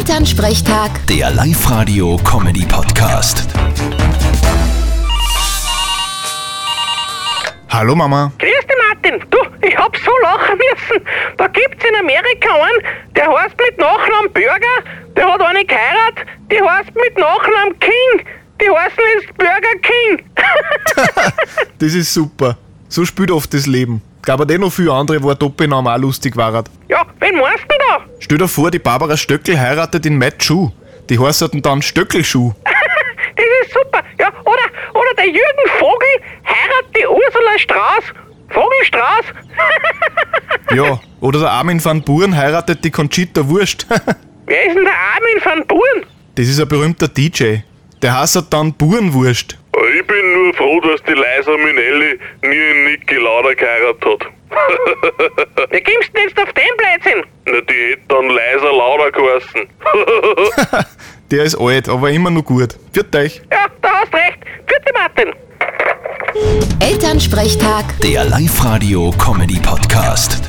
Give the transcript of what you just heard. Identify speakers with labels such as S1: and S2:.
S1: Elternsprechtag,
S2: Der Live-Radio-Comedy-Podcast.
S3: Hallo Mama.
S4: Grüß dich, Martin. Du, ich hab so lachen müssen. Da gibt's in Amerika einen, der heißt mit Nachnamen Burger, der hat eine geheiratet, die heißt mit Nachnamen King. Die heißen jetzt Burger King.
S3: Das ist super. So spielt oft das Leben. Gab aber eh noch viele andere, wo ein Doppelname auch lustig war.
S4: ja, wen meinst du da?
S3: Stell dir vor, die Barbara Stöckel heiratet den Matt Schuh. Die heißen dann Stöckelschuh.
S4: Das ist super. Ja, oder, oder der Jürgen Vogel heiratet die Ursula Strauß. Vogelstrauß?
S3: Ja, oder der Armin van Buren heiratet die Conchita Wurst.
S4: Wer ist denn der Armin van Buren?
S3: Das ist ein berühmter DJ. Der heißt dann Burenwurst.
S5: Ich bin nur froh, dass die Leisa Minelli nie in Niki Lauda geheiratet hat.
S4: Wie kommst du denn jetzt auf den Blödsinn?
S5: Na, die hätte dann Leisa Lauda geheißen.
S3: Der ist alt, aber immer noch gut. Für euch.
S4: Ja, da hast recht. Vierte Martin.
S1: Elternsprechtag.
S2: Der Live-Radio-Comedy-Podcast.